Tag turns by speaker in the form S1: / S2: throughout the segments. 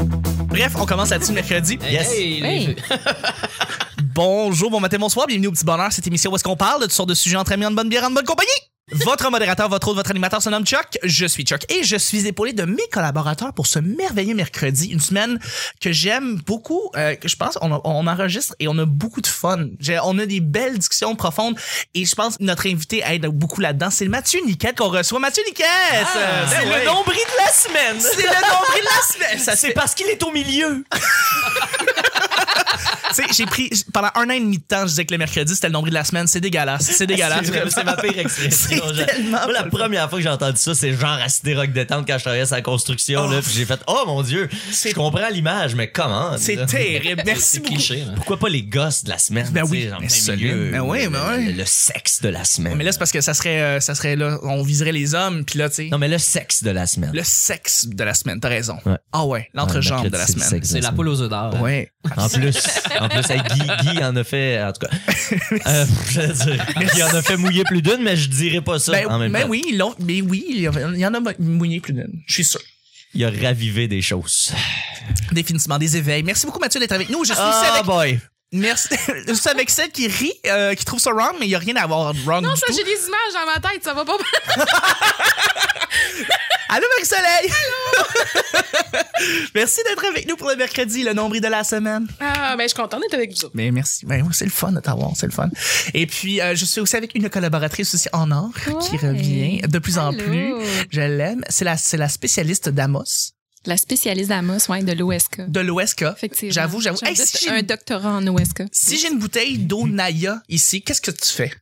S1: Bref, on commence là-dessus mercredi.
S2: Yes.
S3: Hey, les
S4: Hey.
S1: Ah.
S3: jeux.
S1: Bonjour, bon matin, bonsoir, bienvenue au Petit Bonheur, cette émission où est-ce qu'on parle de toutes sortes de sujets entre amis, en bonne bière, en bonne compagnie. Votre modérateur, votre autre, votre animateur se nomme Chuck, je suis Chuck et je suis épaulé de mes collaborateurs pour ce merveilleux mercredi, une semaine que j'aime beaucoup, euh, que je pense on, a- on enregistre et on a beaucoup de fun. J'ai- on a des belles discussions profondes et je pense que notre invité aide beaucoup là-dedans, c'est Mathieu Niquette qu'on reçoit. Mathieu Niquette! euh,
S2: C'est
S1: ben oui.
S2: le nombril de la semaine.
S1: C'est le nombril de la semaine! Ça se
S2: C'est
S1: fait-
S2: parce qu'il est au milieu.
S1: Tu sais, j'ai pris pendant un an et demi de temps, je disais que le mercredi c'était le nombril de la semaine, c'est dégueulasse, c'est dégueulasse.
S2: Ah, C'est vrai, C'est ma pire expression.
S1: C'est
S2: genre.
S1: tellement
S2: Moi, la
S1: pas le
S2: première fois que j'ai entendu ça, c'est genre à Cité Rock Détente quand je travaillais sur la construction. là, puis j'ai fait Oh mon Dieu, je comprends l'image, mais comment
S1: C'est
S2: là?
S1: terrible. Merci
S3: C'est
S1: beaucoup.
S3: cliché, là.
S2: Pourquoi pas les gosses de la semaine?
S1: Ben
S2: tu sais,
S1: oui,
S2: en
S1: mais
S2: plein
S1: solide.
S2: milieu,
S1: Ben oui,
S2: le-
S1: ben oui.
S2: le- Le sexe de la semaine.
S1: Mais là, c'est parce que ça serait, euh, ça serait là, on viserait les hommes, puis là, tu sais,
S2: Non, mais le sexe de la semaine.
S1: le sexe de la semaine, t'as raison.
S2: Ouais.
S1: Ah ouais, l'entrejambe de la semaine.
S3: C'est la poule aux œufs d'or.
S1: Ouais.
S2: En plus, en plus hey, Guy, Guy en a fait, en tout cas. Euh, je veux dire, Guy en a fait mouiller plus d'une, mais je dirais pas ça en
S1: Ben,
S2: même
S1: ben
S2: temps.
S1: oui, ils l'ont- mais oui, il y en- il y en a mouillé plus d'une, je suis sûr.
S2: Il a ravivé des choses.
S1: Définitivement des éveils. Merci beaucoup Mathieu d'être avec nous. Je suis aussi
S2: Ah
S1: avec,
S2: boy!
S1: merci, je suis avec celle qui rit, euh, qui trouve ça wrong, mais il y a rien à voir de wrong
S4: Non,
S1: du
S4: ça,
S1: tout.
S4: j'ai des images dans ma tête, ça va pas.
S1: Allô Marie-Soleil. merci d'être avec nous pour le mercredi, le nombril de la semaine.
S4: Ah, ben, je suis contente d'être avec vous autres.
S1: Mais merci. Ben oui, c'est le fun de t'avoir, c'est le fun. Et puis, euh, je suis aussi avec une collaboratrice aussi en or qui
S5: Ouais.
S1: revient de plus en
S5: Allô.
S1: plus. Je l'aime. C'est la, c'est la spécialiste d'Amos,
S5: La spécialiste d'Amos, ouais, de l'OSK.
S1: de l'OSK.
S5: Effectivement.
S1: J'avoue, j'avoue.
S5: J'ai un
S1: Hey,
S5: doc-
S1: si j'ai-
S5: un doctorat en OSK.
S1: Si j'ai une bouteille d'eau Naya ici, qu'est-ce que tu fais?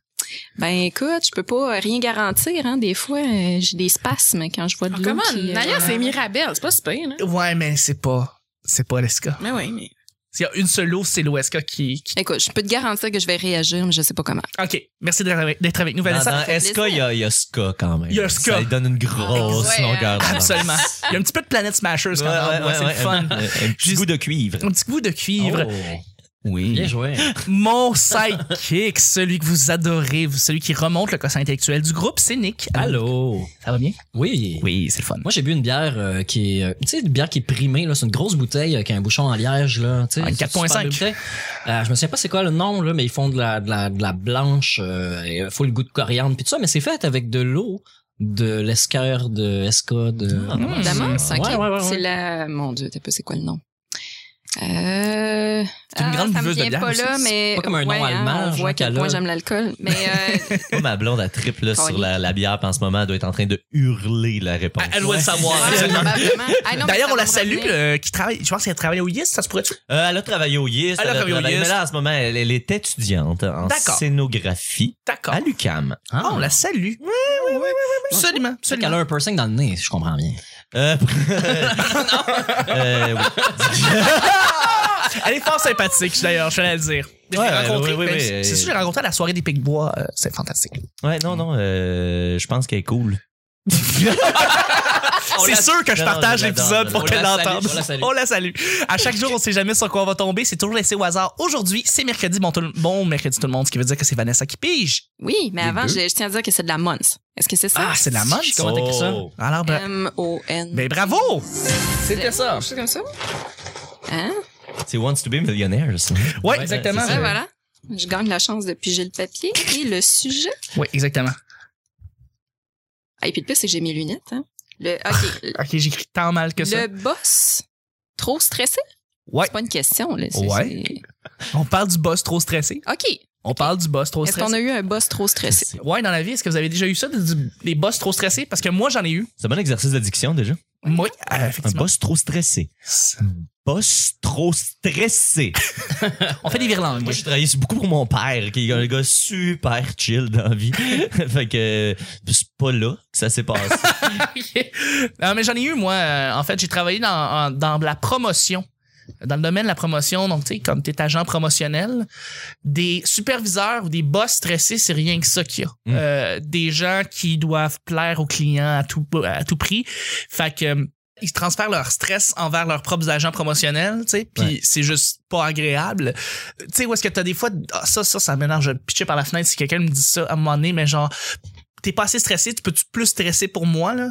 S5: Ben écoute, je peux pas rien garantir. Hein. Des fois, euh, j'ai des spasmes quand je vois de
S4: Ah,
S5: l'eau.
S4: Comment?
S5: qui, euh,
S4: Naya, c'est Mirabelle, c'est pas hein. super, là.
S1: Ouais, mais c'est pas, c'est pas l'OSK.
S4: Mais oui, mais.
S1: S'il y a une seule eau, c'est l'OSK qui, qui-
S5: Écoute, je peux te garantir que je vais réagir, mais je sais pas comment.
S1: OK. Merci d'être avec, d'être avec nous,
S2: Dans,
S1: Vanessa.
S2: dans SK, il y, a- il y a Ska quand même.
S1: Il y a
S2: Ça
S1: Ska.
S2: lui donne une grosse
S4: Ouais,
S2: longueur d'avance.
S1: Absolument. Il y a un petit peu de Planet Smashers quand
S2: Ouais,
S1: même.
S2: ouais,
S1: Ouais, c'est
S2: ouais,
S1: le fun.
S2: Un, un petit
S1: Juste-
S2: goût de cuivre.
S1: Un petit bout de cuivre.
S2: Oh. Oui.
S3: Bien joué.
S1: Mon sidekick, celui que vous adorez, celui qui remonte le quotient intellectuel du groupe, c'est Nick.
S3: Allô.
S1: Ça va bien?
S3: Oui.
S1: Oui, c'est le fun.
S3: Moi, j'ai bu une bière euh, qui est, euh, tu sais, une bière qui est primée, là. C'est une grosse bouteille avec un bouchon en liège, là. Tu sais,
S1: Ah, une
S3: c'est une
S1: 4.5.
S3: super belle bouteille. Euh, je me souviens pas c'est quoi le nom, là, mais ils font de la, de la, de la blanche, euh, et full goût de coriandre, puis tout ça, mais c'est fait avec de l'eau de l'esquerre de Esca de.
S2: Ah,
S1: Mmh.
S5: D'Amos, ok.
S3: Ouais, ouais, ouais, ouais.
S5: C'est la. Mon Dieu, t'as pas c'est quoi le nom? Euh...
S1: C'est une grande
S5: ça me
S1: buveuse de
S5: vient
S1: bière
S5: pas
S1: aussi.
S5: là,
S1: C'est
S5: mais
S3: pas comme un nom
S5: ouais, hein,
S3: allemand,
S5: on
S3: genre,
S5: voit à quel
S3: qu'elle a.
S5: point j'aime l'alcool. Mais euh,
S2: Moi, ma blonde à triple là, sur la, la bière en ce moment, elle doit être en train de hurler la réponse.
S1: Ah, Elle doit le savoir.
S5: ouais, probablement. Ah, non, mais
S1: D'ailleurs,
S5: ça
S1: on la
S5: va me
S1: salue,
S5: revenir.
S1: euh, qui travaille, je pense qu'elle travaille au YIS, ça se pourrait-tu?
S2: Euh, elle a travaillé au YIS.
S1: Elle a travaillé au YIS.
S2: Mais là, en ce moment, elle, elle est étudiante en
S1: D'accord.
S2: scénographie
S1: D'accord.
S2: à l'UCAM.
S3: Ah,
S1: Ah, on la salue. Oui, oui, oui, Absolument,
S3: c'est qu'elle
S1: absolument.
S3: a un piercing dans le nez, si je comprends bien.
S2: Euh, euh, oui.
S1: Elle est fort sympathique, d'ailleurs, je tenais à le dire. Je l'ai
S2: Ouais,
S1: rencontrée,
S2: ouais, ouais,
S1: mais
S2: ouais,
S1: c'est
S2: euh,
S1: sûr, je l'ai rencontrée à la soirée des Pics-Bois, euh, c'est fantastique.
S2: Ouais, non, non, euh, je pense qu'elle est cool.
S1: Ah, C'est sûr que je
S2: Non, non,
S1: partage
S2: je l'adore,
S1: l'épisode
S2: je
S1: pour
S3: l'adore.
S1: qu'elle
S3: On la salue,
S1: l'entende.
S3: on la salue.
S1: On la salue. À chaque jour, on sait jamais sur quoi on va tomber. C'est toujours laissé au hasard. Aujourd'hui, c'est mercredi, bon, tout le- bon mercredi tout le monde, ce qui veut dire que c'est Vanessa qui pige.
S5: Oui, mais
S2: Les
S5: avant,
S2: deux.
S5: je, je tiens à dire que c'est de la Mons. Est-ce que c'est ça?
S1: Ah, c'est de la mode,
S3: Comment
S1: ça.
S3: t'écris ça?
S2: Oh.
S1: Alors, bra-
S5: Euh, M-O-N.
S1: ben bravo! C'était ça.
S5: Ah, C'est comme ça? Hein?
S2: C'est Wants to be Millionaire, ça.
S1: Ouais, exactement.
S2: c'est
S5: Ouais,
S2: ça.
S5: voilà. Je gagne la chance de piger le papier et le sujet.
S1: Oui, exactement.
S5: Ah, et puis le pire, c'est que j'ai mes lunettes. Hein. Le, OK.
S1: Ok, j'écris tant mal Ah, que ça.
S5: le boss, trop stressé?
S1: Ouais.
S5: C'est pas une question. Là. C'est-
S1: Ouais.
S5: c'est-
S1: On parle du boss trop stressé.
S5: OK.
S1: On parle du boss trop
S5: Est-ce qu'on
S1: stressé.
S5: a eu un boss trop stressé?
S1: Ouais, dans la vie, est-ce que vous avez déjà eu ça, du- des boss trop stressés? Parce que moi, j'en ai eu.
S2: C'est un bon exercice d'addiction déjà.
S1: Moi, euh,
S2: Un
S1: effectivement.
S2: boss trop stressé. Boss trop stressé.
S1: On fait des virlangues.
S2: Moi, j'ai travaillé sur- beaucoup pour mon père, qui est un gars super chill dans la vie. fait que euh, c'est pas là que ça s'est passé.
S1: Non, mais j'en ai eu, moi. Euh, En fait, j'ai travaillé dans, en- dans la promotion. Dans le domaine de la promotion, donc, tu sais, comme t'es agent promotionnel, des superviseurs ou des boss stressés, c'est rien que ça qu'il y a.
S2: Mm.
S1: Euh, des gens qui doivent plaire aux clients à tout, à tout prix. Fait que, euh, ils transfèrent leur stress envers leurs propres agents promotionnels, tu sais, puis
S2: Ouais.
S1: c'est juste pas agréable. Tu sais, où est-ce que t'as des fois, ah, ça, ça, ça m'énerve, je vais pitcher par la fenêtre si quelqu'un me dit ça à un moment donné, mais genre, t'es pas assez stressé, tu peux-tu plus stresser pour moi, là?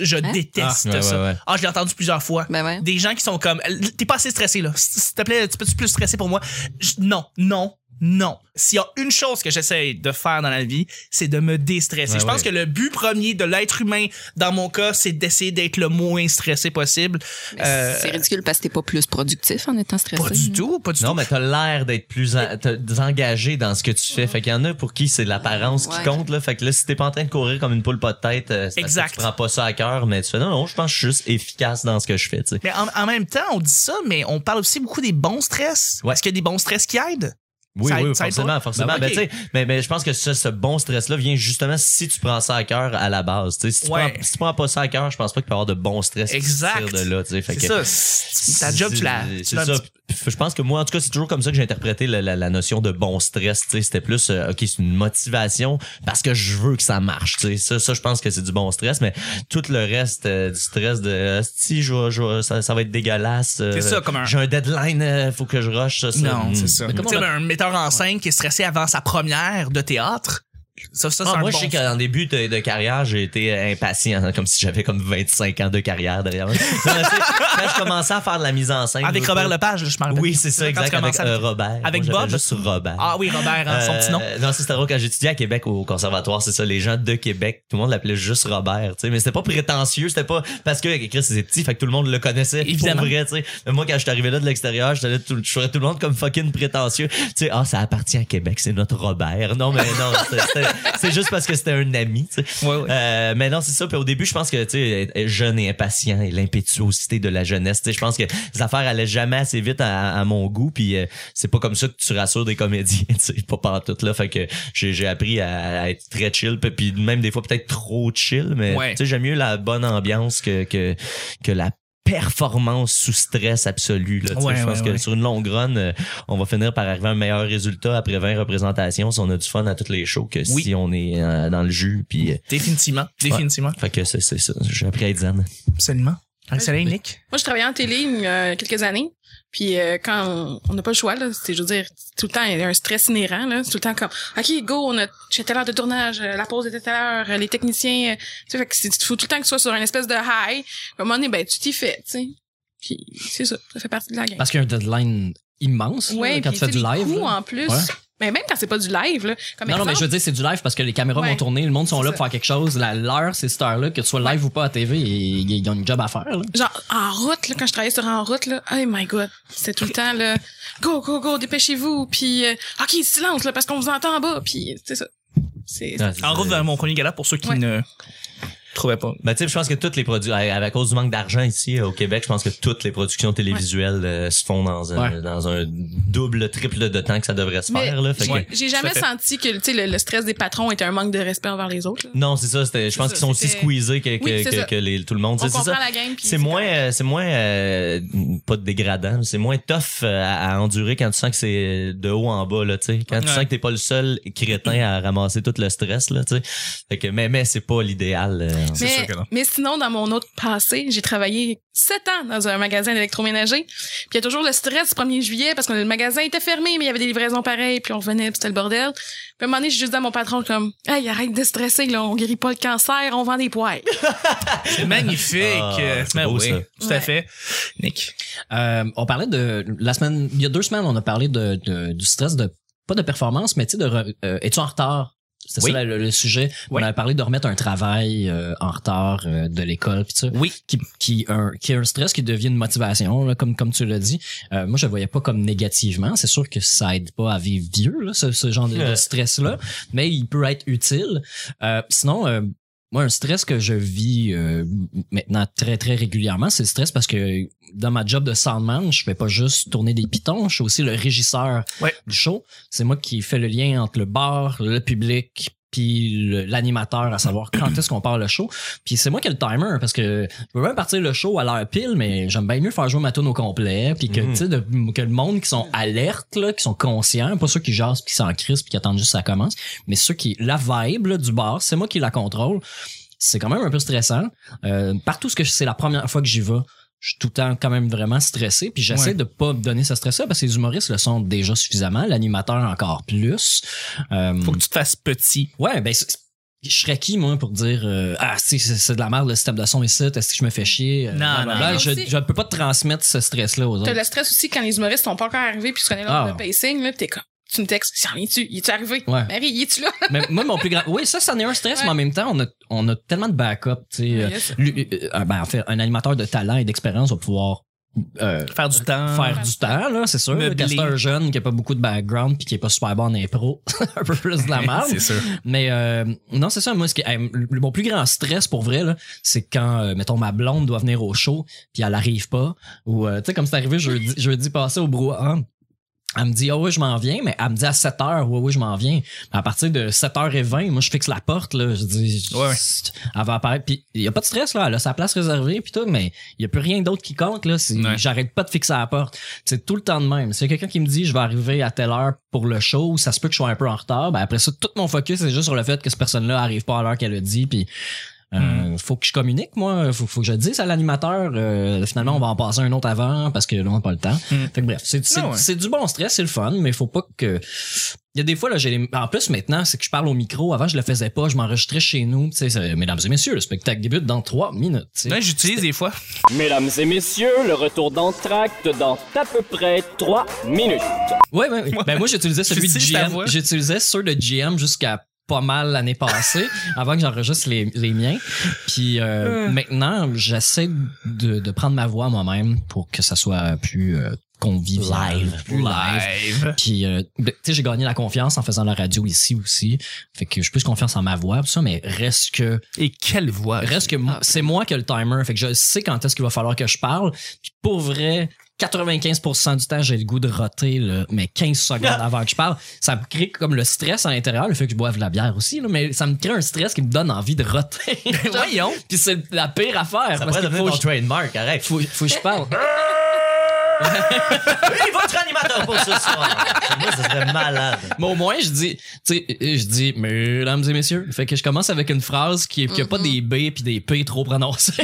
S1: Je
S5: Hein?
S1: déteste
S2: Ah, ouais,
S1: ça.
S2: ouais, ouais.
S1: Ah, je l'ai entendu plusieurs fois.
S5: Ben ouais.
S1: Des gens qui sont comme, t'es pas assez stressé, là. S- S'il te plaît, tu peux-tu plus stresser pour moi? Je- non, non, non. S'il y a une chose que j'essaye de faire dans la vie, c'est de me déstresser.
S2: Ouais,
S1: je pense
S2: Ben ouais.
S1: que le but premier de l'être humain, dans mon cas, c'est d'essayer d'être le moins stressé possible.
S5: Mais
S1: Euh,
S5: Ben, C'est ridicule parce que t'es pas plus productif en étant stressé. hein.
S1: Pas du tout, pas du
S2: Non,
S1: tout.
S2: mais t'as l'air d'être plus en- t'as- engagé dans ce que tu
S1: Mm.
S2: fais. Fait qu'il y en a pour qui c'est l'apparence qui
S5: Ouais.
S2: compte. Là. Fait que là, si t'es pas en train de courir comme une poule pas de tête, euh, c'est parce que
S1: Exact.
S2: tu prends pas ça à cœur, mais tu fais non, non, je pense que je suis juste efficace dans ce que je fais. tu sais.
S1: Mais en, en même temps, on dit ça, mais on parle aussi beaucoup des bons stress.
S2: Ouais.
S1: Est-ce qu'il y a des bons stress qui aident?
S2: Oui,
S1: Ça aide-
S2: oui,
S1: ça aide
S2: forcément,
S1: pas?
S2: forcément.
S1: Ben,
S2: Ben,
S1: ok.
S2: tu sais, mais, mais je pense que ce, ce bon stress-là vient justement si tu prends ça à cœur à la base. tu sais. Si tu,
S1: Ouais.
S2: prends, si tu prends pas ça à cœur, je pense pas qu'il peut y avoir de bon stress qui
S1: Exact.
S2: se tire de là. tu sais. Fait
S1: C'est
S2: que-
S1: ça. c'est- Ta job, tu l'as.
S2: C'est-
S1: tu
S2: C'est
S1: l'as un
S2: ça.
S1: petit-
S2: Puis Je pense que moi, en tout cas, c'est toujours comme ça que j'ai interprété la, la- la notion de bon stress. tu sais. C'était plus, euh, OK, c'est une motivation parce que je veux que ça marche. tu sais. Ça, ça je pense que c'est du bon stress, mais tout le reste euh, du stress de euh, si je, vais- je vais- ça, ça va être dégueulasse. euh,
S1: C'est ça, comme un-
S2: J'ai un deadline, euh, faut que je rush. Ça, ça,
S1: Non,
S2: hmm.
S1: c'est ça.
S3: Mais comment
S1: Tu sais,
S3: on a-
S1: un metteur en scène qui est stressé avant sa première de théâtre. Ça, ça, c'est
S2: Ah,
S1: un
S2: moi,
S1: bon
S2: je sais qu'en début de, de carrière, j'ai été euh, impatient, hein, comme si j'avais comme 25 ans de carrière derrière moi. Non, mais tu sais, quand je commençais à faire de la mise en scène.
S1: Avec
S2: je-
S1: Ah, Robert Lepage, là, je parle.
S2: Oui, c'est ça,
S1: Quand Ah, ben, tu
S2: exact. Avec
S1: commences à-
S2: euh, Robert.
S1: Avec
S2: Moi,
S1: Bob?
S2: j'appelle juste Robert.
S1: Ah oui, Robert, hein, son
S2: Euh,
S1: petit nom.
S2: Non, c'est drôle. Quand j'étudiais à Québec au conservatoire, c'est ça, les gens de Québec, tout le monde l'appelait juste Robert, tu sais. Mais c'était pas prétentieux, c'était pas parce que Chris c'était petit, fait que tout le monde le connaissait.
S1: Évidemment.
S2: Pour vrai, tu sais. Mais moi, quand je suis arrivé là de l'extérieur, j'étais là, tout- je trouvais tout le monde comme fucking prétentieux. Tu sais, ah, ça appartient à Québec, c'est notre Robert. Non, mais non, c'était- c'était- c'est juste parce que c'était un ami, tu sais.
S1: Ouais, ouais.
S2: Euh, mais non, c'est ça. Puis au début, je pense que, tu sais, être jeune et impatient et l'impétuosité de la jeunesse, tu sais, je pense que les affaires allaient jamais assez vite à, à mon goût. Puis euh, c'est pas comme ça que tu rassures des comédiens, tu sais, pas partout là. Fait que j'ai j'ai appris à, à être très chill, puis- puis même des fois peut-être trop chill, mais
S1: Ouais.
S2: tu sais, j'aime mieux la bonne ambiance que, que, que la performance sous stress absolu. Là, tu sais.
S1: Ouais,
S2: je pense
S1: ouais,
S2: que
S1: ouais.
S2: sur une longue run, euh, on va finir par arriver à un meilleur résultat après 20 représentations si on a du fun à toutes les shows que
S1: Oui.
S2: si on est euh, dans le jus. Puis, euh,
S1: Définitivement. Définitivement.
S2: fait que c'est c'est ça. J'ai appris à être zen.
S1: Absolument. Excellent,
S4: Ouais.
S1: Nick.
S4: Moi, je travaillais en télé euh, quelques années. Puis euh, quand on- on n'a pas le choix, là, c'est, je veux dire, c'est tout le temps il y a un stress inhérent. Là, c'est tout le temps comme, OK, go, on a j'ai telle heure de tournage, euh, la pause était telle heure, euh, les techniciens... euh, tu sais, fait que c'est- tu te fous tout le temps que tu sois sur une espèce de high. Puis À un moment donné, ben, tu t'y fais, tu sais. Puis c'est ça, ça fait partie de la game.
S3: Parce qu'il y a un deadline immense là,
S4: Ouais,
S3: quand
S4: puis
S3: tu fais du
S4: sais, les
S3: live.
S4: coûts,
S3: là.
S4: en plus.
S3: Ouais.
S4: Mais même quand c'est pas du live, là, comme
S3: non, non, mais
S4: exemple,
S3: je veux dire, c'est du live parce que les caméras
S4: Ouais.
S3: vont tourner, le monde sont
S4: C'est
S3: là
S4: ça.
S3: pour faire quelque chose. La- L'heure, c'est cette heure-là, que tu sois live ou pas à TV, ils ils ont une job à faire. là.
S4: Genre, en route, là, quand je travaillais sur en route, là, oh my god, c'était tout le temps, là, go, go, go, dépêchez-vous, puis, euh, ok, silence, là, parce qu'on vous entend en bas, puis, c'est ça. C'est,
S2: Ah,
S1: En route vers mon premier gala pour ceux qui
S4: Ouais.
S1: ne trouvaient pas.
S2: Ben, tu sais, je pense que toutes les produits, à, à cause du manque d'argent ici euh, au Québec, je pense que toutes les productions télévisuelles euh, se font dans un,
S3: Ouais.
S2: dans un double, triple de temps que ça devrait se
S4: Mais
S2: faire, là. Fait que-
S4: j'ai, j'ai jamais
S1: Tout à fait.
S4: senti que, tu sais, le, le stress des patrons était un manque de respect envers les autres, là.
S2: Non, c'est ça, c'était- je
S4: C'est
S2: pense
S4: ça,
S2: qu'ils sont aussi
S4: c'était-
S2: squeezés que, que,
S4: Oui, c'est
S2: que-
S4: ça.
S2: que les- tout le monde.
S4: On
S2: C'est c'est
S4: comprend
S2: ça.
S4: la hein. game, puis
S2: C'est moins, euh, c'est moins, euh, pas dégradant, mais c'est moins tough euh, à, à endurer quand tu sens que c'est de haut en bas, là, tu sais. Quand tu
S1: Ouais.
S2: sens que t'es pas le seul crétin à ramasser tout le stress, là, tu sais. Fait que, mais, mais c'est pas l'idéal. euh,
S1: C'est sûr
S4: Mais,
S1: que non.
S4: mais sinon, dans mon autre passé, j'ai travaillé sept ans dans un magasin d'électroménager. Puis il y a toujours le stress du 1er juillet parce que le magasin était fermé, mais il y avait des livraisons pareilles, puis on revenait, puis c'était le bordel. Puis à un moment donné, j'ai juste dit à mon patron comme « Hey, arrête de stresser, là, on guérit pas le cancer, on vend des poils.
S1: C'est magnifique.
S2: Ah,
S1: Euh,
S2: c'est
S1: mais
S2: beau,
S1: oui,
S2: ça.
S1: Tout à fait. Nick.
S3: Euh, on parlait de la semaine, il y a deux semaines, on a parlé de, de- du stress de pas de performance, mais tu sais, de re- euh, es-tu en retard C'est
S1: Oui.
S3: ça le, le sujet.
S1: Oui.
S3: On avait parlé de remettre un travail euh, en retard euh, de l'école, puis ça,
S1: Oui.
S3: qui qui un qui est un stress qui devient une motivation, là, comme comme tu l'as dit. Euh, moi, je le voyais pas comme négativement. C'est sûr que ça aide pas à vivre vieux, là, ce, ce genre de,
S2: Ouais.
S3: stress là, mais il peut être utile. Euh, sinon, euh, moi, un stress que je vis euh, maintenant très, très régulièrement, c'est le stress parce que dans ma job de soundman, je fais pas juste tourner des pitons, je suis aussi le régisseur
S1: Ouais.
S3: du show. C'est moi qui fais le lien entre le bar, le public, puis le- l'animateur, à savoir quand est-ce qu'on part le show. Puis c'est moi qui ai le timer parce que je veux bien partir le show à l'heure pile, mais j'aime bien mieux faire jouer ma tune au complet, puis que,
S2: Mhm.
S3: tu sais, de- que le monde qui sont alertes, là, qui sont conscients, pas ceux qui jasent, puis qui s'en crissent, puis qui attendent juste que ça commence, mais ceux qui... La vibe là, du bar, c'est moi qui la contrôle c'est quand même un peu stressant. Euh, partout ce que je- c'est la première fois que j'y vais, je suis tout le temps quand même vraiment stressé. Puis j'essaie
S1: Ouais.
S3: de pas me donner ce stress-là parce que les humoristes le sont déjà suffisamment, l'animateur encore plus. Euh,
S1: Faut que tu te fasses petit.
S3: Ouais, ben c'est- je serais qui, moi, pour dire euh, Ah, si, c'est c'est de la merde le système de son ici, est-ce que je me fais chier? Euh,
S1: Non,
S3: blablabla.
S4: non.
S3: Je, je peux pas te transmettre ce stress-là aux
S4: T'as
S3: autres.
S4: le stress aussi quand les humoristes sont pas encore arrivés puis tu connais l'ordre
S3: Ah.
S4: de pacing, là, pis t'es comme, tu me textes, s'en viens-tu? Y es-tu arrivé?
S3: Ouais.
S4: Marie, y es-tu là?
S3: mais moi, mon plus grand. Oui, ça, c'en est un stress,
S4: Ouais.
S3: mais en même temps, on a, on a tellement de backup. Tu sais, euh,
S4: Yes.
S3: lui- euh, euh, ben, en fait, un animateur de talent et d'expérience va pouvoir euh,
S1: Faire du temps.
S3: faire du temps, là, c'est sûr.
S1: Meubler.
S3: Quand c'est un jeune qui a pas beaucoup de background puis qui est pas super bon en impro, un peu plus de la merde.
S1: C'est sûr.
S3: Mais euh, non, c'est ça. Moi, ce qui, hey, le- mon plus grand stress pour vrai, là, c'est quand, euh, mettons, ma blonde doit venir au show, puis elle arrive pas. Ou, euh, tu sais, comme c'est arrivé jeudi, jeudi passé au brouhaha. Elle me dit, ah oui, je m'en viens, mais elle me dit à 7 h, oui, oui, je m'en viens. Mais à partir de 7h20, moi, je fixe la porte, là. Je dis,
S1: Ouais, ouais.
S3: Chut, elle va apparaître. Puis, il n'y a pas de stress, là. Elle a sa place réservée, puis tout, mais il n'y a plus rien d'autre qui compte, là. C'est-
S1: Ouais.
S3: J'arrête pas de fixer la porte. C'est tout le temps de même. S'il y a quelqu'un qui me dit, je vais arriver à telle heure pour le show, ça se peut que je sois un peu en retard, ben après ça, tout mon focus, c'est juste sur le fait que cette personne-là arrive pas à l'heure qu'elle a dit, puis euh,
S1: Mm.
S3: faut que je communique, moi. Faut, faut que je dise à l'animateur, euh, finalement, on va en passer un autre avant parce que là, on n'a pas le temps.
S1: Mm.
S3: Fait que bref, c'est c'est-
S1: Ah ouais.
S3: c'est du bon stress, c'est le fun, mais faut pas que. Il y a des fois, là, j'ai les- En plus, maintenant, c'est que je parle au micro. Avant, je le faisais pas. Je m'enregistrais chez nous. Tu sais, c'est- mesdames et messieurs, le spectacle débute dans trois minutes. tu sais.
S1: Ouais, J'utilise des fois.
S6: Mesdames et messieurs, le retour d'entracte dans à peu près 3 minutes.
S3: Ouais, ouais, ouais. Ben, moi, j'utilisais celui de
S1: J'utilise ta
S3: GM.
S1: voix.
S3: J'utilisais ceux de GM jusqu'à pas mal l'année passée, avant que j'enregistre les, les miens. Puis
S1: Ah.
S3: euh, maintenant, j'essaie de, de prendre ma voix moi-même pour que ça soit plus euh, convivial, plus live. Puis, euh, ben, tu sais, j'ai gagné la confiance en faisant la radio ici aussi. Fait que j'ai plus confiance en ma voix, tout ça, mais reste que,
S1: Et quelle voix.
S3: reste que moi- c'est moi qui ai le timer. Fait que je sais quand est-ce qu'il va falloir que je parle. Puis pour vrai, 95% du temps, j'ai le goût de roter, là, mais 15 secondes avant que je parle. Ça me crée comme le stress à l'intérieur, le fait que je boive de la bière aussi, là, mais ça me crée un stress qui me donne envie de roter.
S1: Voyons.
S3: Puis c'est la pire
S2: Ça
S3: affaire. parce
S2: pourrait
S3: qu'il
S2: devenir
S3: faut,
S2: ton
S3: que je-
S2: trademark, arrête.
S3: faut, faut que je parle.
S2: Et votre animateur pour ce soir. Moi, ça serait malade.
S3: Mais au moins, je dis, tu sais, je dis, mesdames et messieurs. Fait que je commence avec une phrase qui n'a pas
S1: Mm-hmm.
S3: des B puis des P trop prononcés.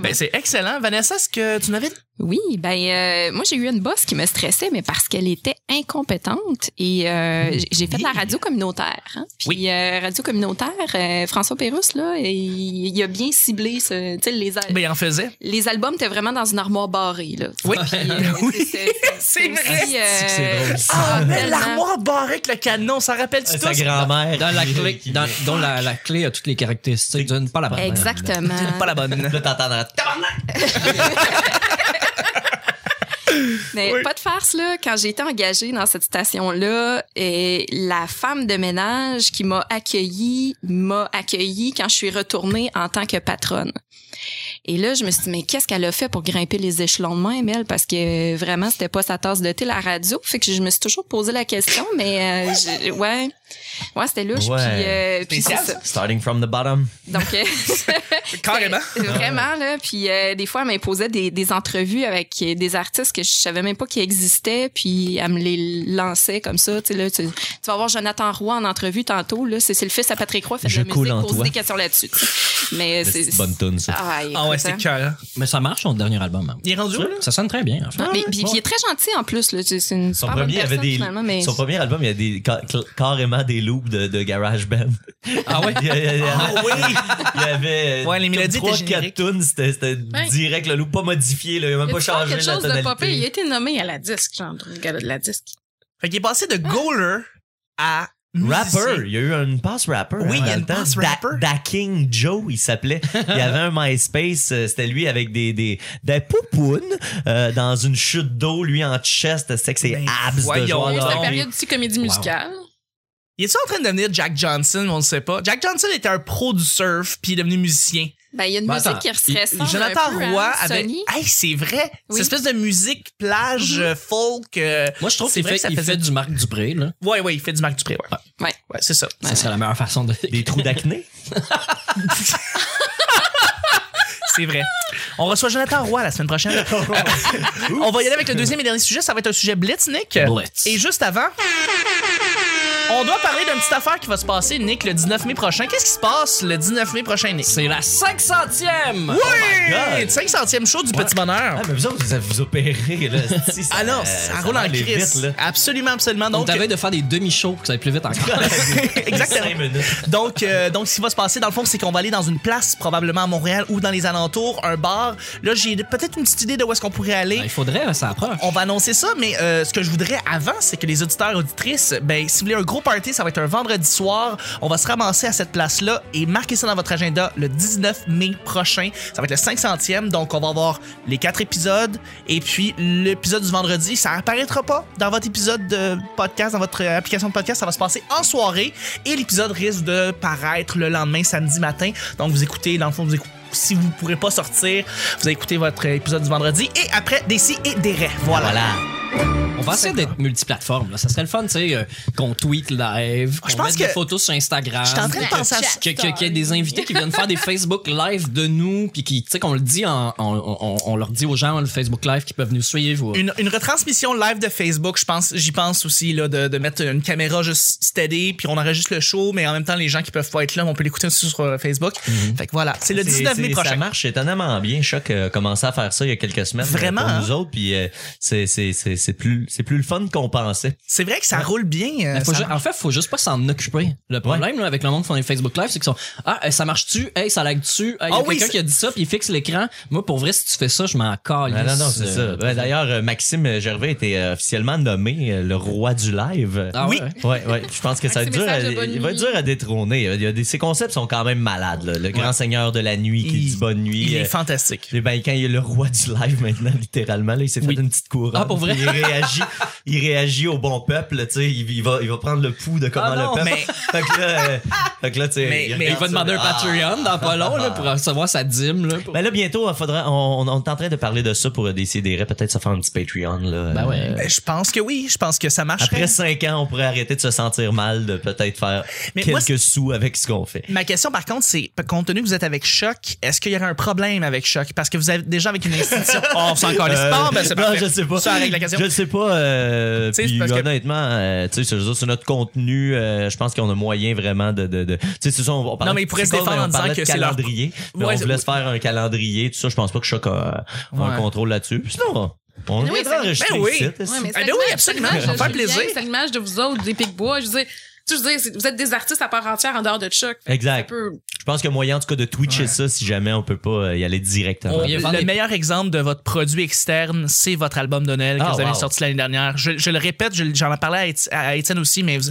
S1: Ben, c'est excellent. Vanessa, est-ce que tu n'avais
S5: Oui, ben euh, moi j'ai eu une boss qui me stressait, mais parce qu'elle était incompétente et euh, j'ai- j'ai fait de la radio communautaire. hein. Puis euh, radio communautaire, euh, François Pérusse là, il, il a bien ciblé ce, tu sais, les, al-
S1: Ben, il en faisait.
S5: les albums étaient vraiment dans une armoire barrée là.
S1: Oui.
S5: Puis, euh,
S1: Oui,
S5: c'est- c'est-
S1: c'est vrai.
S5: aussi, euh,
S3: C'est drôle.
S1: Ah, mais
S5: tellement-
S1: l'armoire barrée avec le canon, Euh, ça rappelle-tu
S2: Sa
S1: tous?
S2: grand-mère.
S3: Dans la
S2: qui-
S3: clé,
S2: qui-
S3: dans, dont la, la clé a toutes les caractéristiques d'une pas la bonne.
S5: Exactement.
S1: Pas la bonne.
S2: Là, t'entendras. Tabarnak!
S5: Mais pas de farce, là. Quand j'ai été engagée dans cette station-là, et la femme de ménage qui m'a accueillie m'a accueillie quand je suis retournée en tant que patronne. Et là, je me suis dit, mais qu'est-ce qu'elle a fait pour grimper les échelons de même, elle? Parce que euh, vraiment, c'était pas sa tasse de thé, la radio. Fait que je me suis toujours posé la question, mais euh, je- ouais. Ouais, c'était louche.
S2: Ouais.
S5: Puis, euh, puis c'est ça.
S2: Starting from the bottom.
S5: Donc, euh,
S1: Carrément.
S5: Euh, Vraiment, là. Puis euh, des fois, elle m'imposait des, des entrevues avec euh, des artistes que je savais même pas qui existaient, puis elle me les lançait comme ça. Tu sais, là, tu, tu vas voir Jonathan Roy en entrevue tantôt, là. C'est c'est le fils à Patrick Roy, fait de
S2: Je
S5: la
S2: coule
S5: musique,
S2: en
S5: pose
S2: toi.
S5: des questions là-dessus. tu sais. Mais euh,
S2: C'est
S5: c'est...
S2: une bonne tune, ça.
S5: Ah, écoute,
S1: Ah ouais,
S5: hein.
S1: c'était cœur.
S3: Mais ça marche, son dernier album. hein.
S1: Il est rendu où, là?
S3: Ça sonne très bien, en fait.
S5: Mais- puis, puis il est très gentil en plus, là. C'est une
S2: Son
S5: super bonne
S2: premier, avait
S5: personne,
S2: des,
S5: finalement, mais...
S2: son premier album, il y a des, ca- cl- carrément des loops de, de Garage Band.
S3: Ah ouais?
S2: Il y a- il y a- Il y avait. euh,
S1: Ouais, les mélodies
S2: trois,
S1: étaient
S2: quatre
S1: génériques.
S2: tunes, c'était c'était
S4: Ouais.
S2: direct, le loop pas modifié, là, il a même
S4: Y
S2: pas
S4: a-tu
S2: changé
S4: quelque
S2: la
S4: chose de
S2: tonalité.
S4: popé? Il a été nommé à la disque, genre, dans le gala de la disque.
S1: Fait qu'il est passé de goaler à musicien.
S2: Rapper, il y a eu une passe rapper. hein,
S1: Oui, il y a
S2: dans
S1: une
S2: le temps.
S1: passe
S2: Da-
S1: rapper.
S2: Da King Joe, il s'appelait. Il y avait un MySpace, euh, c'était lui avec des des, des poupounes euh, dans une chute d'eau, lui en chest, c'est que c'est
S1: Ben,
S2: abs de
S1: voyons
S2: joueur
S1: donc.
S2: de
S4: C'est la
S2: hockey.
S4: période aussi comédie musicale.
S1: Il est-tu en train de devenir Jack Johnson? On ne sait pas. Jack Johnson était un pro du surf puis il est devenu musicien.
S5: Ben, il y a une
S3: Ben,
S5: musique
S3: attends,
S5: qui ressemble
S1: Jonathan
S5: un peu à
S1: Roy avait.
S5: Sony.
S1: Hey, c'est vrai!
S5: Oui. Mm-hmm.
S1: Cette espèce de musique plage euh, folk. euh,
S3: Moi, je trouve
S1: C'est
S3: qu'il
S1: vrai
S3: fait,
S1: que ça
S3: il
S1: faisait-
S3: fait du Marc Dupré, là.
S1: Ouais, ouais, il fait du Marc Dupré, ouais.
S5: Ouais.
S1: Ouais, c'est ça.
S3: Ça serait la meilleure façon de.
S2: Des trous d'acné.
S1: C'est vrai. On reçoit Jonathan Roy la semaine prochaine. On va y aller avec le deuxième et dernier sujet. Ça va être un sujet Blitz, Nick.
S3: Blitz.
S1: Et juste avant, on on doit parler d'une petite affaire qui va se passer, Nick, le 19 mai prochain. Qu'est-ce qui se passe le 19 mai prochain, Nick?
S3: C'est la 500e!
S1: Oui!
S2: my God.
S1: 500e show du Petit Bonheur.
S2: Ah, mais vous autres, vous vous opérez, là. Si, ça-
S1: Ah non, ça,
S2: Euh, ça
S1: roule
S2: va
S1: en
S2: aller
S1: crise.
S2: vite, là.
S1: absolument, absolument.
S3: On
S1: Donc, euh,
S3: t'avait de faire des demi-shows pour que ça aille plus vite encore.
S1: exactement.
S2: Cinq minutes.
S1: Donc, euh, donc, ce qui va se passer, dans le fond, c'est qu'on va aller dans une place, probablement à Montréal ou dans les alentours, un bar. Là, j'ai peut-être une petite idée de où est-ce qu'on pourrait aller.
S3: Il faudrait, ça approche.
S1: On va annoncer ça, mais euh, ce que je voudrais avant, c'est que les auditeurs et auditrices, ben, si vous voulez un gros party, ça va être un vendredi soir. On va se ramasser à cette place-là et marquez ça dans votre agenda le 19 mai prochain. Ça va être le 500e, donc on va avoir les quatre épisodes et puis l'épisode du vendredi, ça apparaîtra pas dans votre épisode de podcast, dans votre application de podcast. Ça va se passer en soirée et l'épisode risque de paraître le lendemain, samedi matin. Donc vous écoutez, dans le fond, vous écoutez si vous ne pourrez pas sortir, vous écoutez votre épisode du vendredi et après des si et des raies. Voilà.
S2: Voilà.
S3: On va essayer d'être multiplateforme. là. Ça serait le fun, tu sais, euh, qu'on tweet live,
S1: Je
S3: qu'on
S1: pense
S3: mette
S1: que-
S3: des photos sur Instagram.
S1: Je suis en train de penser à ça.
S3: que- que- Qu'il y ait des invités qui viennent faire des Facebook live de nous, puis qui, tu sais, qu'on le dit, en, on, on- on leur dit aux gens, le Facebook live, qu'ils peuvent nous suivre. ou-
S1: Une, une retransmission live de Facebook, je pense, j'y pense aussi là, de, de mettre une caméra juste steady, puis on enregistre le show, mais en même temps les gens qui peuvent pas être là, on peut l'écouter aussi sur euh, Facebook. Fait que voilà, c'est le
S2: Mhm. C'est-
S1: 19 mai
S2: c'est- Ça
S1: prochain.
S2: marche étonnamment bien. Choc a commencé à faire ça il y a quelques semaines. euh,
S1: Vraiment,
S2: Pour
S1: hein?
S2: nous autres, puis euh, c'est c'est- c'est- c'est plus, c'est plus le fun qu'on pensait.
S1: C'est vrai que ça roule bien. euh,
S3: Mais faut
S1: ça
S3: ju- en fait, faut juste pas s'en occuper. Le problème là, avec le monde qui font des Facebook Live, c'est qu'ils sont Ah, euh, ça marche-tu? Hey, ça lag-tu? Hey, y a
S1: Ah oui,
S3: quelqu'un
S1: c'est-
S3: qui a dit ça, puis il fixe l'écran. Moi, pour vrai, si tu fais ça, je m'en calisse.
S2: Ah, non, non, c'est
S3: Euh,
S2: ça. Ben, D'ailleurs, euh, Maxime Gervais était euh, officiellement nommé euh, le roi du live.
S3: Ah
S1: Oui.
S3: ouais.
S2: Ouais, ouais, je pense que ça va être
S4: Maxime
S2: dur à,
S4: Message de bonne
S2: il va être
S4: nuit.
S2: dur à détrôner. Il y a des, ses concepts sont quand même malades. là. Le grand seigneur de la nuit qui
S1: Il-
S2: dit bonne nuit.
S1: Il
S2: euh,
S1: est fantastique.
S2: Eh ben, quand il est le roi du live maintenant, littéralement, là, il s'est fait une petite couronne.
S3: Ah, pour vrai?
S2: Puis Il réagit, il réagit au bon peuple, tu sais. Il, il va, il va prendre le pouls de comment
S3: Ah non,
S2: le peuple.
S1: mais-
S2: Fait que là, euh, fait que là, tu sais.
S1: Mais- mais
S3: Il
S2: regarde
S3: va
S2: ça,
S3: demander un
S2: là. Ah.
S3: Patreon dans pas long là, pour recevoir sa dîme. Là, pour-
S2: Ben là, bientôt, il faudra, on, on, on est en train de parler de ça pour euh, décider, peut-être se faire un petit Patreon, là.
S3: Ben ouais.
S2: Euh,
S1: Ben, je pense que oui, je pense que ça marche.
S2: Après cinq ans, on pourrait arrêter de se sentir mal, de peut-être faire
S1: Mais moi,
S2: quelques sous avec ce qu'on fait.
S1: Ma question, par contre, c'est, compte tenu que vous êtes avec Choc, est-ce qu'il y aurait un problème avec Choc? Parce que vous êtes déjà avec une institution. Oh, on s'en calisse
S2: Euh,
S1: pas, ben c'est
S2: non,
S1: parfait.
S2: je sais pas.
S1: Ça règle la question.
S2: Je le sais pas. euh,
S1: Tu sais,
S2: puis
S1: c'est parce que-
S2: honnêtement, euh, tu sais, je veux dire, sur notre contenu, euh, je pense qu'on a moyen vraiment de. de, de- tu sais, c'est ça, on, on parlait
S1: Non, mais ils
S2: de
S1: pourraient se
S2: Psychose,
S1: défendre
S2: mais on
S1: en disant
S2: parlait de
S1: que c'est leur-
S2: calendrier. mais
S1: Ouais,
S2: on
S1: c'est-
S2: voulait se faire un calendrier, tout ça. Je pense pas que Choc a, a un
S1: Ouais.
S2: contrôle là-dessus. Puis Sinon, on- on
S4: Mais oui,
S2: viendra
S4: c'est-
S2: enregistrer
S1: Ben oui.
S2: ici,
S1: Ouais,
S2: c'est-
S4: Ouais,
S1: Ah,
S4: mais
S1: ben
S4: c'est
S1: oui,
S4: l'image-
S1: absolument,
S4: c'est l'image
S1: ça
S4: de
S1: fait
S4: Julien,
S1: plaisir.
S4: C'est l'image de vous autres, des Pic-Bois. Je veux dire, tu sais, je veux dire, c'est- vous êtes des artistes à part entière en dehors de Chuck. Fait que
S2: Exact.
S4: c'est un peu-
S2: Je pense qu'il y a moyen, en tout cas, de twitcher ça si jamais on peut pas euh, y aller directement.
S1: On-
S3: Il y a vraiment
S1: le
S3: des-
S1: meilleur exemple de votre produit externe, c'est votre album de Noël que
S2: Ah,
S1: vous avez
S2: wow.
S1: sorti l'année dernière. Je, je le répète, je- j'en ai parlé à Éti- à Étienne aussi, mais vous-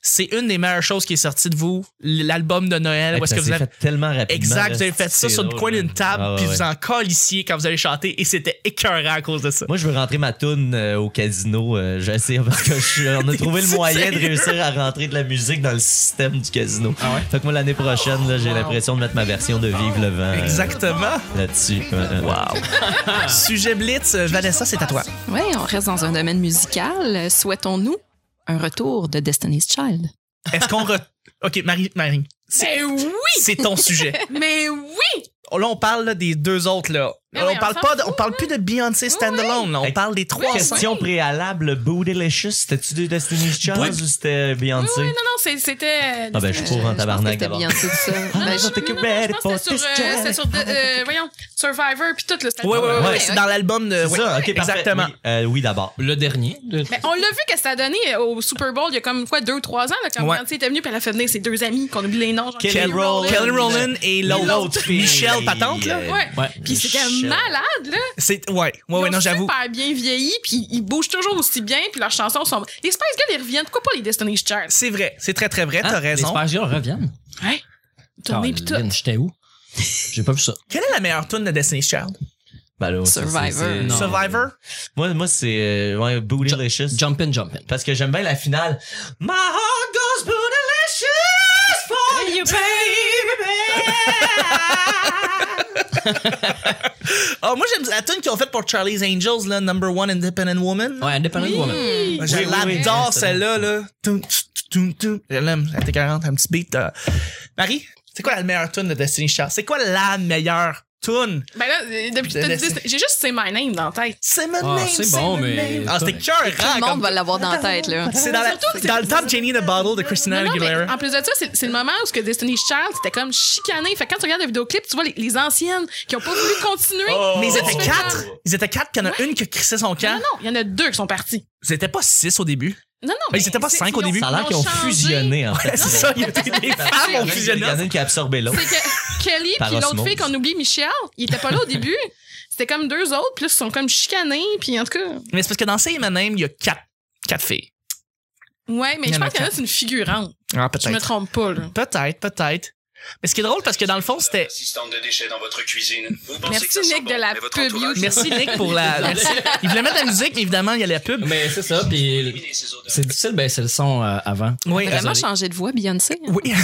S1: c'est une des meilleures choses qui est sortie de vous, l'album de Noël.
S2: Hey,
S1: où est-ce
S2: ça
S1: que vous
S2: s'est
S1: avez...
S2: fait tellement rapidement.
S1: Exact,
S2: là,
S1: vous avez fait ça
S2: c'est
S1: sur le
S2: drôle,
S1: coin d'une
S2: là.
S1: table,
S2: Ah,
S1: puis
S2: ouais.
S1: vous en colissiez quand vous avez chanté, et c'était écœurant à cause de ça.
S2: Moi, je veux rentrer ma toune euh, au casino. euh, J'essaie parce que je suis- on a trouvé le
S1: T'es-tu
S2: moyen de
S1: sérieux?
S2: réussir à rentrer de la musique dans le système du casino.
S1: Ah
S2: Fait que moi, l'année prochaine, là, j'ai l'impression de mettre ma version de Vive le vent euh,
S1: Exactement.
S2: là-dessus. wow.
S1: Sujet Blitz, euh, Vanessa, c'est à toi.
S5: Oui, on reste dans un domaine musical. Euh, Souhaitons-nous un retour de Destiny's Child?
S1: Est-ce qu'on... re- OK, Marie, Marie
S4: Mais Ben oui!
S1: c'est ton sujet.
S4: Mais oui!
S1: Là, on parle là, des deux autres. Là.
S4: Mais
S1: Là,
S4: Ben oui,
S1: on
S4: on
S1: parle
S4: s'en
S1: pas, de- on parle plus de Beyoncé standalone. là. On
S2: Hey,
S1: parle des trois.
S2: Question préalable, Bootylicious, c'était-tu de Destiny's Child
S3: Ouais.
S2: ou c'était Beyoncé?
S4: Oui, non, non, c'est- c'était.
S2: Ah ben, je cours en
S5: Je pense que
S2: tabarnak
S5: c'était
S2: d'abord.
S5: bien tout ça. Ben, je-
S2: Take you
S4: Je
S2: ready
S4: pense
S2: for
S4: que c'était
S2: this
S4: sur, euh,
S2: job.
S4: c'était sur de- euh, voyons, Survivor, puis tout, là. c'était-
S1: Oui, oui, oui.
S2: Ouais.
S1: C'est dans l'album de.
S2: C'est
S1: ouais.
S2: ça, ok, parfait.
S1: exactement.
S2: Oui, euh, oui, d'abord.
S1: Ben-
S3: Le dernier. le-
S4: Mais Ben, on l'a vu que ça a donné au Super Bowl il y a comme quoi deux ou trois ans là, quand
S1: Ouais.
S4: Beyoncé était venue puis elle a fait venir ses deux amis qu'on oublie les noms genre
S2: Kelly Rowland.
S1: Kelly Rowland et l'autre.
S2: L'autre fille.
S1: Michelle Patente, là.
S4: Ouais.
S3: Ouais.
S4: Puis c'était
S2: Michelle.
S4: malade là.
S1: C'est, ouais, ouais,
S4: Ils
S1: ouais,
S4: ont
S1: non, j'avoue.
S4: Super bien vieilli puis ils bougent toujours aussi bien puis leurs chansons sont les Spice Girls ils reviennent pourquoi pas les Destiny's Child.
S1: C'est vrai, c'est très très vrai,
S2: Hein?
S3: Ah,
S1: t'as raison.
S3: Les Spice Girls reviennent.
S4: Hein? Tournée puis tout.
S3: Caroline, J'étais où? J'ai pas vu ça.
S1: Quelle est la meilleure tune de Destiny's Child?
S2: Ben là, ça,
S5: Survivor.
S2: c'est- c'est-
S3: Non.
S1: Survivor?
S2: Moi, moi c'est euh, ouais, Bootylicious.
S3: Jumpin', Jumpin'.
S2: Parce que j'aime bien la finale. My heart goes bootylicious for you, baby.
S1: Ah, moi j'aime la tune qu'ils ont faite pour Charlie's Angels, là, Number One Independent Woman.
S3: Ouais, Independent Woman.
S1: Je
S2: Oui, oui, oui,
S1: l'adore
S2: c'est
S1: celle-là, là. Tum, tch, tch, tum, tum. Je l'aime, elle était 40, un petit beat. euh. Marie, c'est quoi la meilleure tune de Destiny's Child? C'est quoi la meilleure tune.
S4: Ben là, euh, depuis que t'as dit ça, j'ai juste C'est My Name dans la tête.
S1: C'est mon
S3: Ah,
S1: name,
S3: c'est
S1: c'est mon
S3: bon, mais-
S1: name. Ah, c'était
S5: Tout
S1: cœur,
S5: le monde va l'avoir dans la tête, là.
S1: C'est dans, la- dans le temps de Jenny in a Bottle de Christina
S4: Non, non, mais
S1: Aguilera.
S4: en plus de ça, c'est c'est le moment où ce que Destiny's Child c'était comme chicané. Fait que quand tu regardes le vidéoclip, tu vois les, les anciennes qui ont pas voulu continuer.
S1: Mais ils
S4: Tu
S1: étaient
S4: fais
S1: quatre. hein? Ils étaient quatre, puis il y en a une qui crissait son
S4: comme-
S1: camp.
S4: Non, non, il y en a deux qui sont partis.
S1: Ils étaient pas six au début.
S4: Non, non.
S1: Mais ils étaient pas
S4: c'est-
S1: cinq au
S4: ils
S1: début.
S2: Ça a l'air qu'ils ont
S4: changé.
S2: fusionné, en fait.
S1: C'est ça, il y a des des femmes ont
S2: Ben, Il y
S1: fusionné.
S2: en a une qui a absorbé l'autre.
S4: C'est que Kelly
S2: Par
S4: puis l'autre
S2: osmose.
S4: fille qu'on oublie, Michelle, ils étaient pas là au début. C'était comme deux autres, puis là, ils se sont comme chicanés, puis en tout cas.
S1: Mais c'est parce que dans Say My Name, il y a quatre, quatre filles.
S4: Ouais, mais
S1: Il y
S4: je
S1: en a
S4: pense qu'il y en a,
S1: quatre.
S4: c'est une figurante.
S1: Ah,
S4: Je me
S1: peut-être.
S4: trompe pas, là.
S1: Peut-être, peut-être. Mais ce qui est drôle, parce que dans le fond, c'était.
S7: Assistante de déchets dans votre cuisine. Vous pensez
S4: Merci,
S7: que ça sent
S4: Nick,
S7: bon,
S4: de la
S7: mais votre
S4: pub
S7: entourage-
S4: YouTube.
S1: Merci, Nick, pour la. Merci. Il voulait mettre la musique, mais évidemment, il y a la pub.
S3: Mais c'est ça, puis
S7: Éliminez ces odeurs.
S3: c'est difficile ben c'est le son euh, avant.
S1: Oui,
S5: Vraiment
S1: désolé.
S5: changer de voix, Beyoncé. hein.
S1: Oui,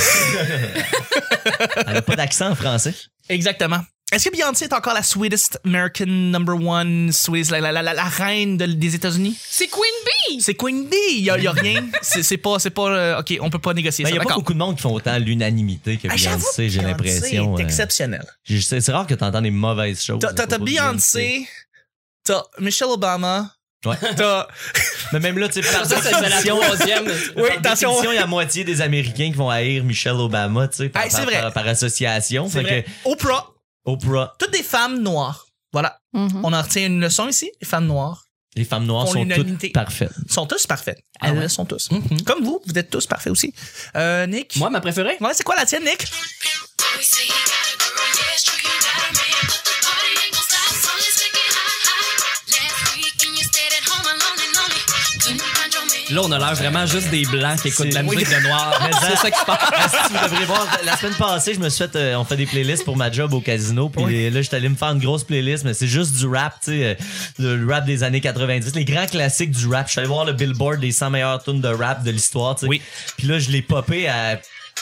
S2: Elle n'a pas d'accent en français.
S1: exactement. Est-ce que Beyoncé est encore la sweetest American number one, sweetest, la, la, la, la- la reine de- des États-Unis?
S4: C'est Queen Bee!
S1: C'est Queen Bee, il y, a- il y a rien. C'est c'est pas, c'est pas, euh, ok, on peut pas négocier
S2: Mais Ben, il
S1: ça.
S2: n'y a pas
S1: D'accord.
S2: beaucoup de monde qui font autant l'unanimité que
S1: Ah, j'avoue
S2: Beyoncé, j'ai
S1: que
S2: l'impression.
S1: Beyoncé est
S2: euh,
S1: exceptionnel.
S2: je- C'est c'est rare que tu entends des mauvaises choses.
S1: T'as
S2: à
S1: t'as- t'as
S2: propos de
S1: Beyoncé, t'as Michelle Obama,
S2: Ouais.
S1: t'as.
S2: Mais même là, tu sais, par
S3: Ah, Ça, c'est la
S2: définition,
S3: troisième.
S1: Oui,
S2: par
S1: attention.
S2: définition, il y a moitié des Américains qui vont haïr Michelle Obama, tu sais, par,
S1: Hey, c'est
S2: par-
S1: vrai.
S2: par- par association.
S1: C'est
S2: Fait
S1: vrai.
S2: que
S1: Oprah,
S2: Oprah,
S1: toutes des femmes noires. Voilà,
S5: Mhm.
S1: on en retient une leçon ici. Les femmes noires
S2: les femmes noires
S1: Font
S2: sont
S1: l'unanimité.
S2: toutes parfaites.
S1: sont tous parfaites.
S3: Ah
S1: Elles
S3: ouais.
S1: le sont tous.
S3: Mhm.
S1: Comme vous, vous êtes tous parfaits aussi. Euh, Nick?
S3: Moi, ma préférée?
S1: Ouais, c'est quoi la tienne, Nick?
S3: Là, on a l'air vraiment juste des blancs qui écoutent la musique de noir.
S2: Mais ça-
S3: C'est ça qui se passe.
S2: Ah, si, vous devriez voir, la semaine passée, je me suis fait, euh, on fait des playlists pour ma job au casino, puis là, j'étais allé me faire une grosse playlist, mais c'est juste du rap, tu sais, euh, le rap des années 90, les grands classiques du rap. Je suis allé voir le Billboard des 100 meilleures tunes de rap de l'histoire, tu sais.
S1: Oui.
S2: Puis là, je l'ai popé à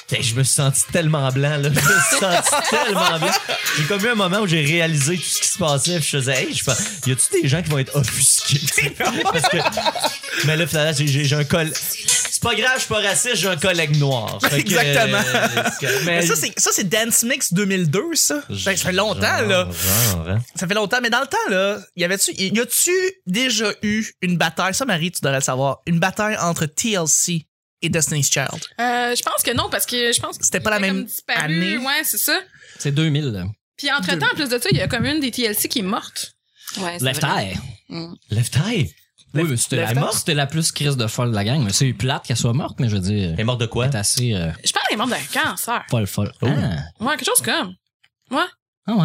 S2: Putain, je me suis senti tellement blanc, là. Je me suis senti tellement blanc. J'ai comme eu un moment où j'ai réalisé tout ce qui se passait. puis je faisais, hey, je pense, y a-tu des gens qui vont être offusqués? tu sais? Parce que- mais là, finalement, j'ai- j'ai j'ai un collègue. C'est pas grave, je suis pas raciste, j'ai un collègue noir. Fait que,
S1: Exactement.
S2: euh, c'est que-
S1: Mais ça, c'est ça, c'est Dance Mix 2002, ça. Ben, Ça fait longtemps, là.
S2: Genre, genre, hein.
S1: Ça fait longtemps, mais dans le temps, là, y avait-tu, y a-tu déjà eu une bataille, ça, Marie, tu devrais le savoir, une bataille entre TLC et Destiny's Child?
S4: Euh, je pense que non, parce que je pense que
S1: C'était pas la
S4: elle a
S1: même
S4: comme disparu.
S1: année.
S4: Ouais, c'est ça.
S3: C'est 2000. là.
S4: Puis entre-temps, en plus de ça, il y a comme une des TLC qui est morte.
S5: Ouais, c'est
S3: Left
S5: vrai.
S3: Eye.
S2: Left Eye?
S3: Oui, mais c'était
S1: Left
S3: la
S1: Eye.
S3: morte. C'était la plus crise de folle de la gang. Mais c'est plate qu'elle soit morte, mais je veux dire,
S2: Elle est morte de quoi?
S3: elle est assez euh,
S4: Je parle des morts d'un cancer.
S3: folle, folle.
S2: Oh.
S3: Ah.
S4: Ouais, quelque chose comme.
S3: Ah ouais.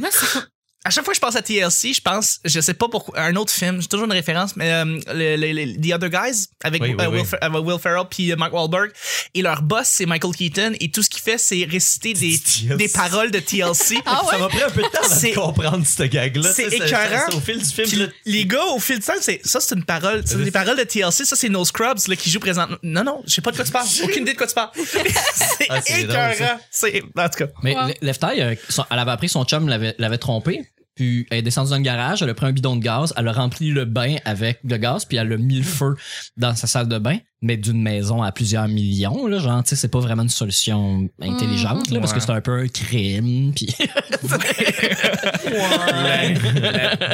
S4: Là, c'est-
S1: À chaque fois que je pense à TLC, je pense, je sais pas pourquoi, à un autre film, j'ai toujours une référence, mais euh, le- le- le- The Other Guys avec
S2: Oui, oui,
S1: euh, Will,
S2: oui.
S1: Fer- euh, Will Ferrell puis euh, Mark Wahlberg et leur boss c'est Michael Keaton et tout ce qu'il fait c'est réciter des,
S2: TLC.
S1: des paroles de TLC.
S2: Ça m'a pris un peu de temps avant
S1: C'est-
S2: de comprendre ce gag-là.
S1: c'est
S2: Tu sais, ça-
S1: écœurant.
S2: ça- Au fil du film,
S1: Puis
S2: là,
S1: les gars au fil du temps, c'est ça c'est une parole, c'est des paroles de TLC, ça c'est No Scrubs là, qui joue présentement. Non non, je sais pas de quoi tu parles, aucune idée de quoi tu parles. c'est
S2: Ah, c'est drôle,
S1: écœurant, c'est en tout cas.
S3: Mais
S4: Ouais.
S3: Le- Left Eye, euh, son- elle avait appris que son chum l'avait l'avait trompé. Puis elle est descendue dans le garage, elle a pris un bidon de gaz, elle a rempli le bain avec le gaz, puis elle a mis le feu dans sa salle de bain, mais d'une maison à plusieurs millions, là, genre, tu sais, c'est pas vraiment une solution intelligente, là, parce que
S1: Ouais.
S3: c'est un peu un crime, puis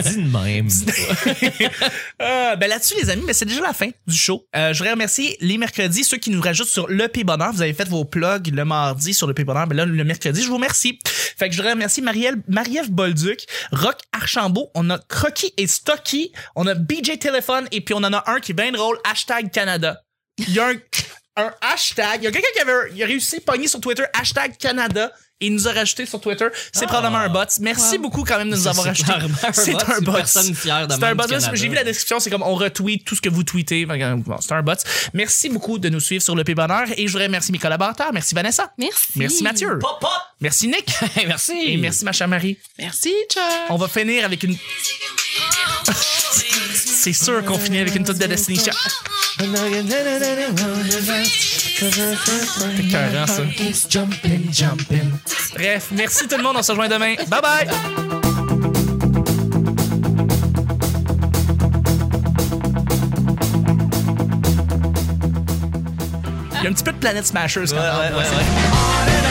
S2: dis de même.
S1: Euh, ben là-dessus, les amis, mais c'est déjà la fin du show. Euh, je voudrais remercier les mercredis, ceux qui nous rajoutent sur le P Bonheur. Vous avez fait vos plugs le mardi sur le P Bonheur, mais là, le mercredi, je vous remercie. Fait que je voudrais remercier Marielle, Marie-Ève Bolduc, Rock Archambault, on a Croquis et Stocky, on a BJ Téléphone, et puis on en a un qui est bien drôle, hashtag Canada. Il y a un, un hashtag, il y a quelqu'un qui avait, il a réussi à pogner sur Twitter, hashtag Canada, et il nous a rajouté sur Twitter. C'est probablement un bot. Merci beaucoup quand même de nous avoir
S3: Ah, C'est
S1: rajouté.
S3: clairement un
S1: C'est
S3: bot,
S1: un
S3: une
S1: bot.
S3: personne fière de
S1: C'est
S3: même
S1: un
S3: du
S1: bot.
S3: Canada.
S1: J'ai vu la description, c'est comme on retweet tout ce que vous tweetez. Fait que, bon, C'est un bot. Merci beaucoup de nous suivre sur le P Bonheur et je voudrais remercier mes collaborateurs. Merci Vanessa.
S5: Merci.
S1: Merci Mathieu. Merci Nick.
S3: merci.
S1: Et merci ma chère Marie.
S4: Merci, ciao.
S1: On va finir avec une. C'est sûr qu'on finit avec une toute de Destiny Child. C'est écœurant, ça. Bref, merci tout le monde. On se rejoint demain. Bye bye. Il y a un petit peu de Planet Smashers quand même.
S2: ouais, ouais. ouais.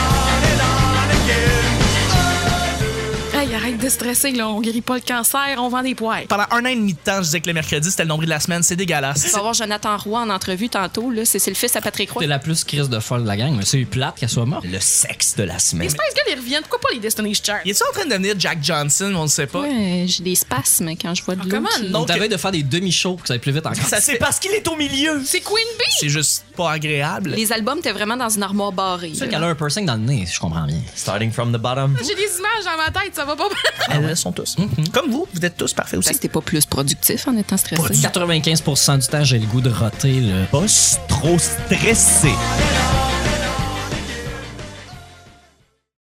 S4: arrête de stresser, là. On guérit pas le cancer, on vend des poils.
S1: Pendant un an et demi de temps, je disais que le mercredi, c'était le nombril de la semaine. C'est
S5: On
S1: dégueulasse.
S5: va voir Jonathan Roy en entrevue tantôt. là. C'est c'est le fils à Patrick Roy.
S3: T'es la plus crise de folle de la gang, mais c'est plate qu'elle soit morte.
S2: Le sexe de la semaine.
S4: J'espère que les reviennent. Pourquoi pas les Destiny's Child?
S1: Il est-tu en train de devenir Jack Johnson? On ne sait pas.
S5: Ouais, J'ai des spasmes quand je vois de
S4: Ah,
S5: l'eau
S4: comment
S5: qui-
S1: non?
S3: On
S1: Donc-
S3: t'avait de faire des demi-shows pour que ça aille plus vite encore.
S1: Ça,
S2: C'est
S1: c'est,
S2: parce qu'il est au milieu.
S4: C'est Queen Bee!
S1: c'est juste pas agréable.
S5: Les albums, t'es vraiment dans une armoire barrée.
S3: C'est sûr
S5: là.
S3: qu'elle a un piercing dans le nez, si je comprends bien.
S2: Starting from the bottom.
S4: J'ai des images dans ma tête, ça va pas.
S1: Elles le Ah sont tous. Mhm. Comme vous, vous êtes tous parfaits aussi.
S5: Parce que t'es pas plus productif en étant stressé.
S3: 95% du temps, j'ai le goût de roter le
S2: Boss trop stressé.
S8: I've